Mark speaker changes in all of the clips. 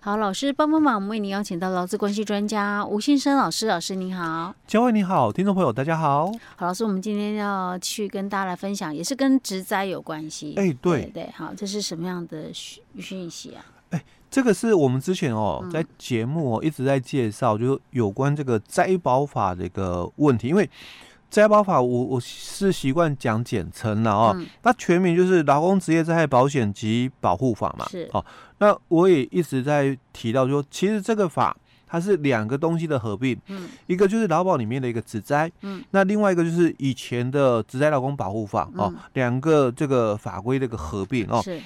Speaker 1: 好，老师帮帮忙，我们为您邀请到劳资关系专家吴先生老师，老师您好。
Speaker 2: 教会你好，听众朋友大家好。
Speaker 1: 好，老师，我们今天要去跟大家来分享，也是跟职灾有关系。
Speaker 2: 哎、对
Speaker 1: 对好，这是什么样的讯讯息啊？
Speaker 2: 这个是我们之前哦，
Speaker 1: 嗯
Speaker 2: 在节目哦一直在介绍，就是有关这个摘保法的一个问题，因为。摘保法我，我是习惯讲简称了哦，
Speaker 1: 嗯
Speaker 2: 那全名就是《劳工职业灾害保险及保护法》嘛。
Speaker 1: 是
Speaker 2: 哦，那我也一直在提到说，其实这个法它是两个东西的合并，
Speaker 1: 嗯，
Speaker 2: 一个就是劳保里面的一个职灾，
Speaker 1: 嗯，
Speaker 2: 那另外一个就是以前的职灾劳工保护法哦
Speaker 1: 嗯，
Speaker 2: 两、个这个法规的一个合并哦。
Speaker 1: 是，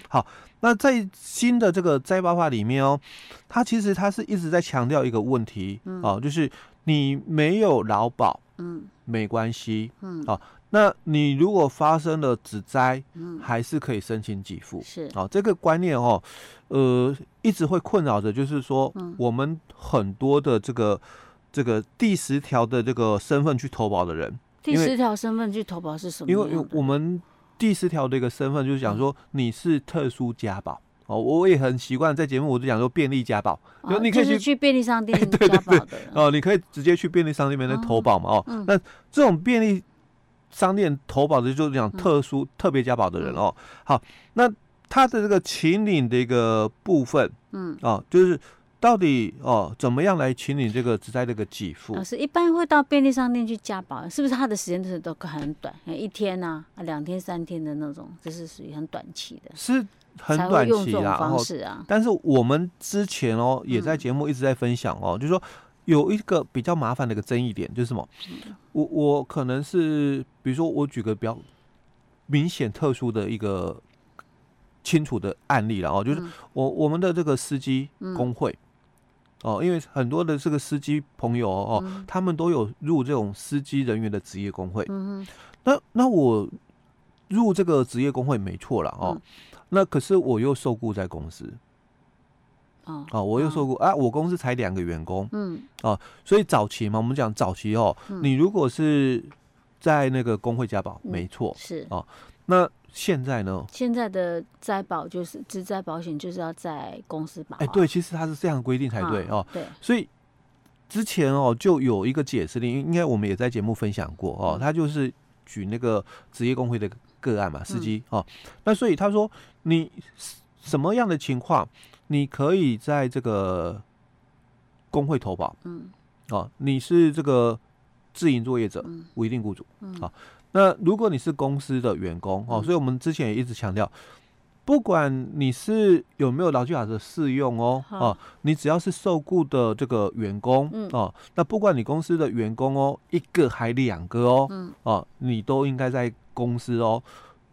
Speaker 2: 那在新的这个摘保法里面哦，它其实它是一直在强调一个问题、哦，就是你没有劳保
Speaker 1: 嗯
Speaker 2: 没关系，哦
Speaker 1: 嗯，
Speaker 2: 那你如果发生了职灾，
Speaker 1: 嗯，
Speaker 2: 还是可以申请给付。
Speaker 1: 是，
Speaker 2: 哦，这个观念哦，呃，一直会困扰着，就是说
Speaker 1: 嗯
Speaker 2: 我们很多的这个这个第十条的这个身份去投保的人，
Speaker 1: 第
Speaker 2: 因为
Speaker 1: 十条身份去投保是什么
Speaker 2: 因
Speaker 1: 样的？哦嗯
Speaker 2: 为我们第十条的一个身份就是讲说你是特殊家保。哦，我也很习惯在节目我就讲说便利家保，
Speaker 1: 哦
Speaker 2: 就你可以
Speaker 1: 就是
Speaker 2: 去
Speaker 1: 去便利商 店加保的。
Speaker 2: 哦，你可以直接去便利商店那边投保嘛，哦，
Speaker 1: 嗯
Speaker 2: 那这种便利商店投保的就是讲
Speaker 1: 嗯
Speaker 2: 特殊、特别加保的人哦。好，那他的这个请领的一个部分
Speaker 1: 嗯，
Speaker 2: 啊、哦，就是到底哦怎么样来请领这个职灾的一个给付
Speaker 1: 老？师一般会到便利商店去加保，是不是他的时间就是都很短，一天呐、啊，两天、三天的那种，这是属于很短期的，
Speaker 2: 是很
Speaker 1: 才会
Speaker 2: 短
Speaker 1: 用这
Speaker 2: 期
Speaker 1: 种
Speaker 2: 啦，哦然
Speaker 1: 方
Speaker 2: 后
Speaker 1: 式啊。
Speaker 2: 但是我们之前哦，也在
Speaker 1: 嗯
Speaker 2: 节目一直在分享哦，就是说有一个比较麻烦的一个争议点，就是什么？我我可能是，比如说我举个比较明显特殊的一个清楚的案例了哦，就是
Speaker 1: 嗯
Speaker 2: 我我们的这个司机
Speaker 1: 嗯
Speaker 2: 工会。哦，因为很多的这个司机朋友哦，哦
Speaker 1: 嗯
Speaker 2: 他们都有入这种司机人员的职业工会。
Speaker 1: 嗯哼，
Speaker 2: 那那我入这个职业工会没错了哦，
Speaker 1: 嗯
Speaker 2: 那可是我又受雇在公司，
Speaker 1: 哦，
Speaker 2: 哦，我又说过、啊，我公司才两个员工，
Speaker 1: 嗯
Speaker 2: 所以早期嘛，我们讲早期哦，
Speaker 1: 嗯
Speaker 2: 你如果是在那个工会家保，
Speaker 1: 嗯
Speaker 2: 没错。
Speaker 1: 是。
Speaker 2: 那现在呢？
Speaker 1: 现在的灾保就是职灾保险，就是要在公司保啊、
Speaker 2: 哎、对，其实它是这样规定才对、
Speaker 1: 啊
Speaker 2: 哦。，
Speaker 1: 对，
Speaker 2: 所以之前哦就有一个解释令，应该我们也在节目分享过哦
Speaker 1: 嗯，
Speaker 2: 他就是举那个职业工会的个案嘛，
Speaker 1: 嗯
Speaker 2: 司机、哦。那所以他说你什么样的情况，你可以在这个工会投保。
Speaker 1: 嗯
Speaker 2: 哦，你是这个自营作业者
Speaker 1: 嗯，
Speaker 2: 无一定雇主。
Speaker 1: 嗯
Speaker 2: 好那如果你是公司的员工哦，
Speaker 1: 嗯
Speaker 2: 所以我们之前也一直强调，不管你是有没有劳基法的适用哦，
Speaker 1: 好
Speaker 2: 哦，你只要是受雇的这个员工
Speaker 1: 嗯
Speaker 2: 哦，那不管你公司的员工哦，一个还两个哦，
Speaker 1: 嗯，
Speaker 2: 哦，你都应该在公司哦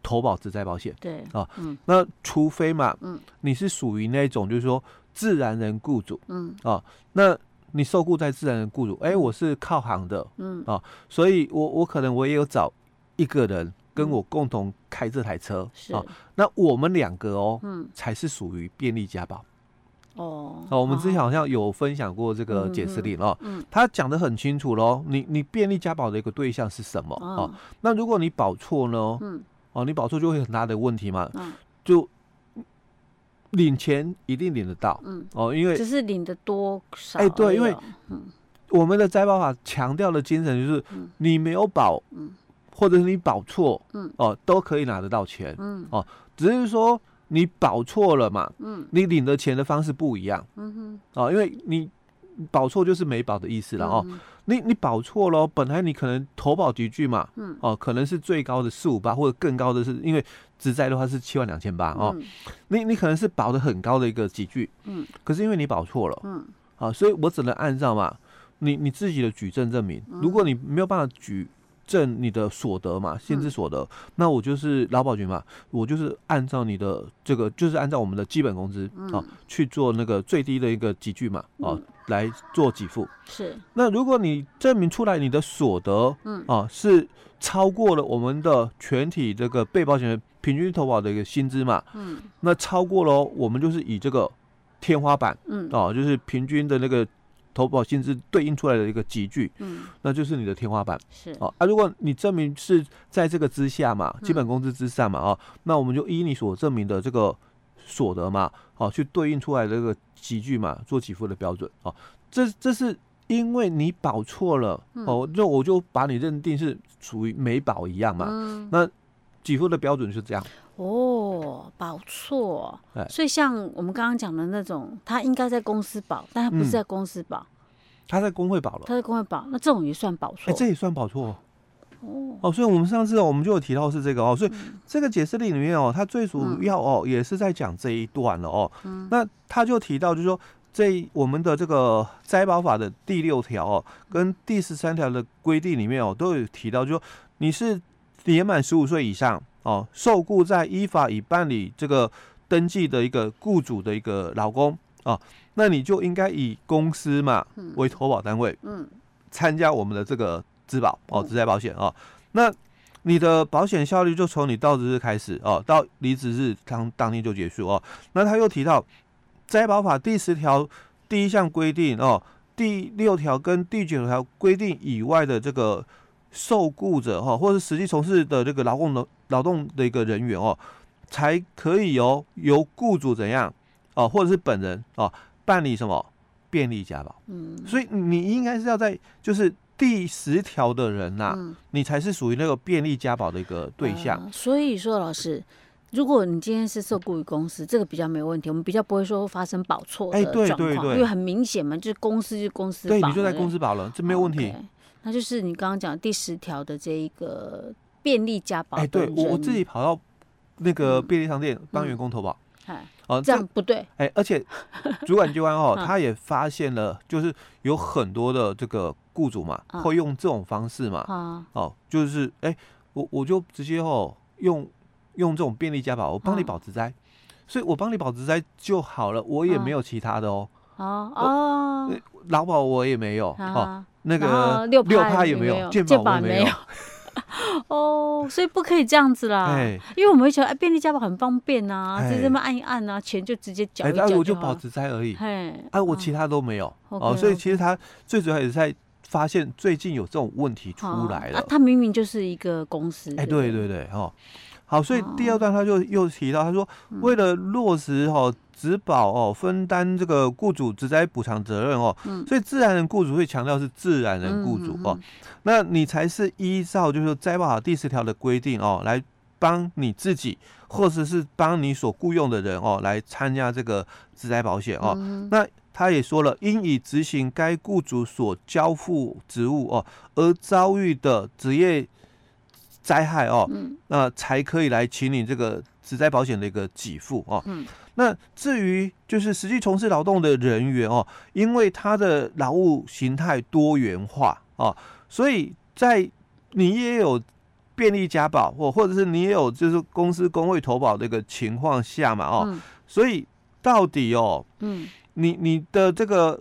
Speaker 2: 投保职灾保险。
Speaker 1: 对，
Speaker 2: 啊
Speaker 1: 嗯
Speaker 2: 那除非嘛，
Speaker 1: 嗯
Speaker 2: 你是属于那种就是说自然人雇主，哦
Speaker 1: 嗯
Speaker 2: 那你受雇在自然人雇主，哎、我是靠行的，哦
Speaker 1: 嗯
Speaker 2: 所以我我可能我也有找一个人跟我共同开这台车，
Speaker 1: 嗯是，
Speaker 2: 哦那我们两个哦、
Speaker 1: 嗯
Speaker 2: 才是属于便利家保。
Speaker 1: 哦，
Speaker 2: 哦，我们之前好像有分享过这个解释令哦，
Speaker 1: 嗯
Speaker 2: 他讲的很清楚喽。你你便利家保的一个对象是什么？哦，
Speaker 1: 哦，
Speaker 2: 那如果你保错呢？
Speaker 1: 嗯
Speaker 2: 哦，你保错就会有很大的问题嘛，
Speaker 1: 嗯
Speaker 2: 就领钱一定领得到
Speaker 1: 嗯，
Speaker 2: 哦，因为
Speaker 1: 只是领的多少而已
Speaker 2: 哎
Speaker 1: 哦，
Speaker 2: 对因为
Speaker 1: 嗯
Speaker 2: 我们的摘保法强调的精神就是
Speaker 1: 嗯，
Speaker 2: 你没有保，
Speaker 1: 嗯
Speaker 2: 或者是你保错，
Speaker 1: 嗯
Speaker 2: 哦，都可以拿得到钱，哦
Speaker 1: 嗯
Speaker 2: 只是说你保错了嘛，
Speaker 1: 嗯
Speaker 2: 你领的钱的方式不一样
Speaker 1: 嗯哼，
Speaker 2: 哦，因为你保错就是没保的意思了哦，
Speaker 1: 嗯
Speaker 2: 你你保错喽，本来你可能投保集聚嘛，
Speaker 1: 嗯
Speaker 2: 哦，可能是最高的四五八，或者更高的是，因为直灾的话是七万两千八哦，，你你可能是保的很高的一个集聚，
Speaker 1: 嗯，
Speaker 2: 可是因为你保错了。
Speaker 1: 嗯
Speaker 2: 啊，所以我只能按照嘛，你你自己的举证证明。
Speaker 1: 嗯
Speaker 2: 如果你没有办法举证你的所得嘛，薪
Speaker 1: 嗯
Speaker 2: 资所得，那我就是劳保局嘛，我就是按照你的这个，就是按照我们的基本工资
Speaker 1: 嗯
Speaker 2: 啊去做那个最低的一个集聚嘛，啊
Speaker 1: 嗯
Speaker 2: 来做给付。
Speaker 1: 是，
Speaker 2: 那如果你证明出来你的所得
Speaker 1: 嗯
Speaker 2: 啊是超过了我们的全体这个被保险人平均投保的一个薪资嘛，
Speaker 1: 嗯
Speaker 2: 那超过了哦我们就是以这个天花板。
Speaker 1: 嗯
Speaker 2: 哦，就是平均的那个投保薪资对应出来的一个集聚，
Speaker 1: 嗯
Speaker 2: 那就是你的天花板
Speaker 1: 是，
Speaker 2: 哦。啊，如果你证明啊是在这个之下嘛，基本工资之上嘛，哦，那我们就依你所证明的这个所得嘛，好、去对应出来的这个集聚嘛，做给付的标准哦。这这是因为你保错了哦，那我就把你认定是属于没保一样嘛。
Speaker 1: 嗯
Speaker 2: 那给付的标准是这样，
Speaker 1: 哦，保错
Speaker 2: 哎，
Speaker 1: 所以像我们刚刚讲的那种，他应该在公司保，但
Speaker 2: 嗯
Speaker 1: 他不是在公司保，
Speaker 2: 他在工会保了，
Speaker 1: 他在工会保，那这种也算保
Speaker 2: 哎、
Speaker 1: 错。
Speaker 2: 这也算保错哦。
Speaker 1: 哦，
Speaker 2: 哦，所以我们上次哦我们就有提到是这个哦，所以这个解释里面哦，它最
Speaker 1: 嗯
Speaker 2: 主要哦、也是在讲这一段了哦。那他就提到就是说，这我们的这个灾保法的第六条哦，跟第十三条的规定里面哦，都有提到，就是说你是年满十五岁以上哦，受雇在依法已办理这个登记的一个雇主的一个劳工哦，那你就应该以公司嘛为投保单位，
Speaker 1: 嗯，
Speaker 2: 参加我们的这个自保哦，
Speaker 1: 嗯
Speaker 2: 自灾保险哦。那你的保险效力就从你到职日开始哦，到离职日当当天就结束哦。那他又提到《灾保法》第十条第一项规定哦，第六条跟第九条规定以外的这个受雇者哈、哦，或是实际从事的这个劳动的劳动的一个人员哦，才可以由由雇主怎样哦，或者是本人哦办理什么便利家保。嗯，所以你应该是要在就是第十条的人呐、
Speaker 1: 嗯
Speaker 2: 你才是属于那个便利家保的一个对象。
Speaker 1: 呃所以说，老师，如果你今天是受雇于公司，这个比较没有问题，我们比较不会说发生保错的
Speaker 2: 哎
Speaker 1: 状况，
Speaker 2: 对对对
Speaker 1: 因为很明显嘛，就是公司就是嗯哦公司保，
Speaker 2: 对，你就在公
Speaker 1: 司
Speaker 2: 司保了，这没有问题。
Speaker 1: 那就是你刚刚讲第十条的这一个便利加保
Speaker 2: 哎、
Speaker 1: 的
Speaker 2: 对我我
Speaker 1: 人
Speaker 2: 自己跑到那个便利商店帮员工投保，
Speaker 1: 哎
Speaker 2: 哦、
Speaker 1: 嗯这样嗯不对，
Speaker 2: 哎、而且主管机关哦，他也发现了，就是有很多的这个雇主嘛，
Speaker 1: 嗯
Speaker 2: 会用这种方式嘛，
Speaker 1: 啊，
Speaker 2: 哦，就是哎、我我就直接哦用用这种便利家保，我帮你
Speaker 1: 嗯
Speaker 2: 保职灾，所以我帮你保职灾就好了，我也
Speaker 1: 嗯
Speaker 2: 没有其他的哦，
Speaker 1: 哦哦，
Speaker 2: 劳保我也没有哦，
Speaker 1: 啊，
Speaker 2: 那
Speaker 1: 然
Speaker 2: 个
Speaker 1: 后六
Speaker 2: 趴
Speaker 1: 趴
Speaker 2: 也
Speaker 1: 也
Speaker 2: 没
Speaker 1: 没
Speaker 2: 有，
Speaker 1: 有
Speaker 2: 健
Speaker 1: 健
Speaker 2: 保
Speaker 1: 保
Speaker 2: 我
Speaker 1: 也
Speaker 2: 没
Speaker 1: 没有，啊哦，所以不可以这样子啦，
Speaker 2: 哎
Speaker 1: 因为我们会觉得哎，便利家保很方便啊，
Speaker 2: 哎
Speaker 1: 在这么按一按啊，钱就直接缴
Speaker 2: 哎，
Speaker 1: 一
Speaker 2: 但
Speaker 1: 缴
Speaker 2: 我就
Speaker 1: 好
Speaker 2: 保
Speaker 1: 了
Speaker 2: 职灾而已，
Speaker 1: 嘿，
Speaker 2: 哎，我
Speaker 1: 嗯
Speaker 2: 其他都没有哦，
Speaker 1: OK，
Speaker 2: 所以其实他最主要也是在发现最近有这种问题出
Speaker 1: 好
Speaker 2: 来
Speaker 1: 啊
Speaker 2: 了，，
Speaker 1: 他明明就是一个公司，
Speaker 2: 哎，
Speaker 1: 不
Speaker 2: 对，对对，哦，好，所以第
Speaker 1: 哦
Speaker 2: 二段他就又提到，他说
Speaker 1: 嗯
Speaker 2: 为了落实哦职保哦分担这个雇主职灾补偿责任哦，
Speaker 1: 嗯
Speaker 2: 所以自然人雇主会强调是自然人雇主哦，那你才是依照就是说灾保法第十条的规定哦来帮你自己或者是帮你所雇佣的人哦来参加这个职灾保险哦，
Speaker 1: 嗯
Speaker 2: 那。他也说了，应以执行该雇主所交付职务哦，而遭遇的职业灾害哦，
Speaker 1: 嗯
Speaker 2: 那、才可以来请你这个职灾保险的一个给付哦。
Speaker 1: 嗯
Speaker 2: 那至于就是实际从事劳动的人员哦，因为他的劳务形态多元化哦，所以在你也有便利加保哦或或者是你也有就是公司工会投保的一个情况下嘛哦，
Speaker 1: 嗯
Speaker 2: 所以到底哦，
Speaker 1: 嗯，
Speaker 2: 你你的这个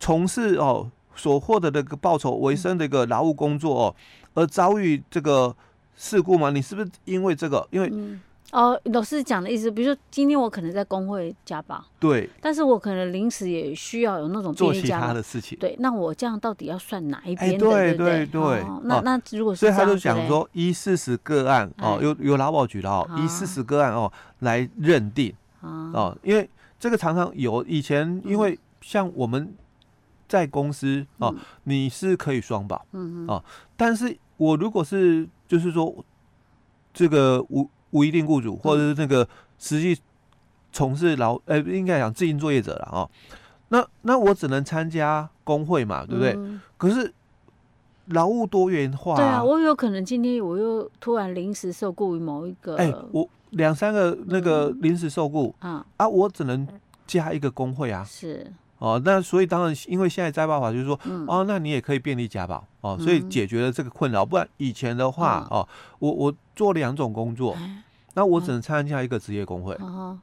Speaker 2: 从事哦所获得的一个报酬
Speaker 1: 嗯
Speaker 2: 为生的一个劳务工作哦，而遭遇这个事故吗？你是不是因为这个？因为
Speaker 1: 哦，老师讲的意思，比如说今天我可能在工会加保，
Speaker 2: 对
Speaker 1: 但是我可能临时也需要有那种
Speaker 2: 做
Speaker 1: 便利
Speaker 2: 其
Speaker 1: 加
Speaker 2: 他
Speaker 1: 保。
Speaker 2: 的事情，
Speaker 1: 对，那我这样到底要算哪一
Speaker 2: 哎
Speaker 1: 边的？
Speaker 2: 对
Speaker 1: 不对
Speaker 2: 对对
Speaker 1: 哦那
Speaker 2: 哦
Speaker 1: 那如果是
Speaker 2: 所以
Speaker 1: 这
Speaker 2: 他就
Speaker 1: 样子
Speaker 2: 讲
Speaker 1: 嘞，
Speaker 2: 说依四十个案哦，
Speaker 1: 哎
Speaker 2: 有有劳保局的哦，依
Speaker 1: 啊
Speaker 2: 四十个案哦来认定
Speaker 1: 啊，
Speaker 2: 哦，因为这个常常有以前
Speaker 1: 嗯
Speaker 2: 因为像我们在公司哦，你是可以双保，
Speaker 1: 嗯
Speaker 2: 哦，但是我如果是就是说这个无无一定雇主，或者
Speaker 1: 嗯
Speaker 2: 是那个实际从事劳呃，应该讲自营作业者了哦，那那我只能参加工会嘛，对不对？
Speaker 1: 嗯
Speaker 2: 可是劳务多元化、
Speaker 1: 对啊，我有可能今天我又突然临时受雇于某一个，
Speaker 2: 哎、我两三个那个
Speaker 1: 嗯
Speaker 2: 临时受雇、
Speaker 1: 啊，
Speaker 2: 啊，我只能加一个工会啊，
Speaker 1: 是，
Speaker 2: 哦，那所以当然，因为现在摘办法就是说，
Speaker 1: 嗯
Speaker 2: 哦，那你也可以便利加保哦，所以解决了这个困扰。不然以前的话，
Speaker 1: 嗯
Speaker 2: 哦，我我做两种工作，
Speaker 1: 哎
Speaker 2: 那我只能参加一个职业工会。
Speaker 1: 哦，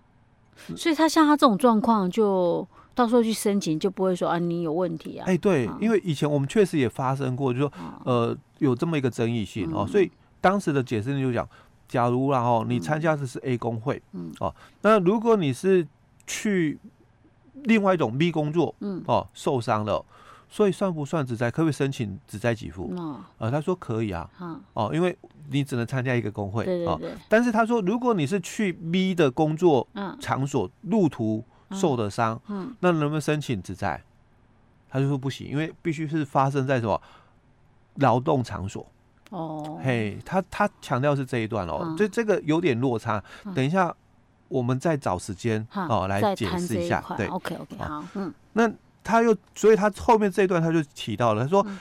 Speaker 2: 嗯
Speaker 1: 所以他像他这种状况，就到时候去申请，就不会说啊你有问题啊，哦
Speaker 2: 哎，对
Speaker 1: 嗯，
Speaker 2: 因为以前我们确实也发生过，就是说，呃，有这么一个争议
Speaker 1: 嗯
Speaker 2: 性哦，所以当时的解释就讲，假如啦哦，你参加的是 A 工会，
Speaker 1: 嗯，
Speaker 2: 哦，那如果你是去另外一种 B 工作，
Speaker 1: 嗯，
Speaker 2: 哦，受伤了，所以算不算只在？可不可以申请只在给付？
Speaker 1: 哦，
Speaker 2: 呃，他说可以啊，
Speaker 1: 好，
Speaker 2: 哦，因为你只能参加一个工会
Speaker 1: 对对
Speaker 2: 哦。
Speaker 1: 对，
Speaker 2: 但是他说，如果你是去 B 的工作
Speaker 1: 嗯
Speaker 2: 场所路途受的伤，
Speaker 1: 嗯，
Speaker 2: 那能不能申请只在？他就说不行，因为必须是发生在什么劳动场所。
Speaker 1: 哦，
Speaker 2: 嘿，他他强调是这一段哦
Speaker 1: 嗯，
Speaker 2: 这、这个有点落差，
Speaker 1: 嗯
Speaker 2: 等一下我们再找时间
Speaker 1: 好，
Speaker 2: 哦来
Speaker 1: 再
Speaker 2: 解
Speaker 1: 谈
Speaker 2: 释
Speaker 1: 这
Speaker 2: 一下。
Speaker 1: 块
Speaker 2: 对，哦
Speaker 1: ，OK OK，
Speaker 2: 好
Speaker 1: 好，嗯，
Speaker 2: 那他又所以他后面这一段他就提到了，他说、
Speaker 1: 嗯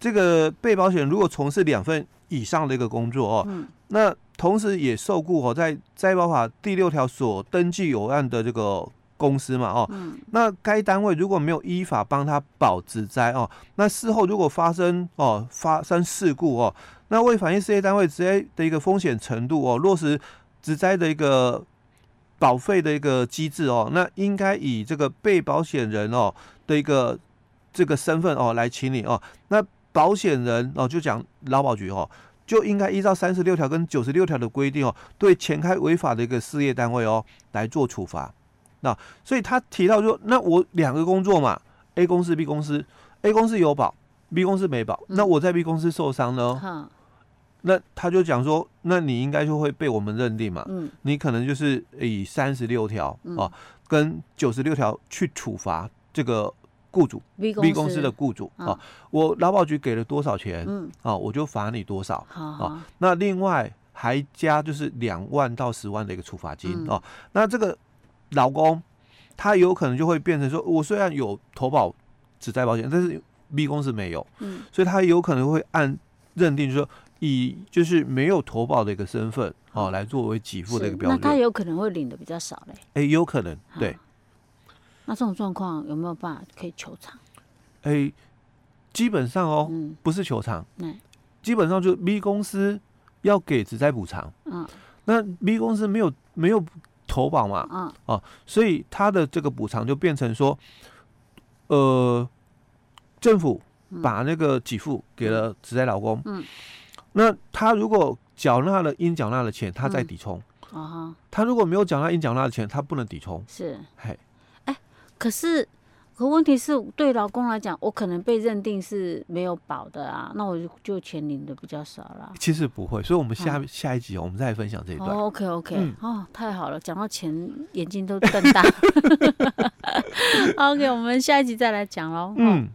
Speaker 2: 这个被保险人如果从事两份以上的一个工作哦，
Speaker 1: 嗯
Speaker 2: 那同时也受雇哦，在灾保法第六条所登记有案的这个公司嘛哦，
Speaker 1: 嗯
Speaker 2: 那该单位如果没有依法帮他保职灾哦，那事后如果发生哦发生事故哦，那未反映事业单位职灾的一个风险程度哦，落实职灾的一个保费的一个机制哦，那应该以这个被保险人哦的一个这个身份哦来请你哦，那保险人哦就讲劳保局哦。就应该依照三十六条跟九十六条的规定哦，对前开违法的一个事业单位哦来做处罚。所以他提到说，那我两个工作嘛，A 公司、B 公司，A 公司有保，B 公司没保，
Speaker 1: 嗯
Speaker 2: 那我在 B 公司受伤呢，
Speaker 1: 好，
Speaker 2: 那他就讲说，那你应该就会被我们认定嘛，
Speaker 1: 嗯
Speaker 2: 你可能就是以三十六条
Speaker 1: 嗯
Speaker 2: 哦跟九十六条去处罚这个雇主
Speaker 1: ，B
Speaker 2: B 公司的，雇主
Speaker 1: 嗯
Speaker 2: 哦，我劳保局给了多少钱
Speaker 1: 嗯，
Speaker 2: 啊，我就罚你多少。
Speaker 1: 好
Speaker 2: 哦
Speaker 1: 好，
Speaker 2: 那另外还加就是两万到十万的一个处罚金、
Speaker 1: 嗯
Speaker 2: 哦。那这个老公他有可能就会变成说，我虽然有投保只在保险，但是 B 公司没有，
Speaker 1: 嗯，
Speaker 2: 所以他有可能会按认定说以就是没有投保的一个身份哦来作为给付的
Speaker 1: 嗯
Speaker 2: 一
Speaker 1: 是
Speaker 2: 个，标
Speaker 1: 那他
Speaker 2: 准。
Speaker 1: 有啊可能会领的比较少嘞，
Speaker 2: 哎、有可能
Speaker 1: 好
Speaker 2: 对，
Speaker 1: 那这种状况有没有办法可以求偿？
Speaker 2: 哎、基本上哦
Speaker 1: 嗯
Speaker 2: 不是球场，
Speaker 1: 嗯
Speaker 2: 基本上就是 B 公司要给只在补偿，
Speaker 1: 嗯
Speaker 2: 那 B 公司没有没有投保嘛，哦
Speaker 1: 嗯，
Speaker 2: 所以他的这个补偿就变成说，呃，政府把那个给付给了职在老公，
Speaker 1: 嗯，
Speaker 2: 那他如果缴纳了应缴纳的钱，他再
Speaker 1: 嗯
Speaker 2: 抵充；
Speaker 1: 哦哈，
Speaker 2: 他如果没有缴纳应缴纳的钱，他不能抵充。
Speaker 1: 是。
Speaker 2: 嘿，
Speaker 1: 可是，可问题是对老公来讲，我可能被认定是没有保的啊，那我就就钱领的比较少啦。
Speaker 2: 其实不会，所以我们下、下一集哦我们再分享这一段。
Speaker 1: 嗯哦，OK OK，、
Speaker 2: 嗯
Speaker 1: 哦，太好了，讲到钱眼睛都瞪大。OK，我们下一集再来讲喽。哦
Speaker 2: 嗯，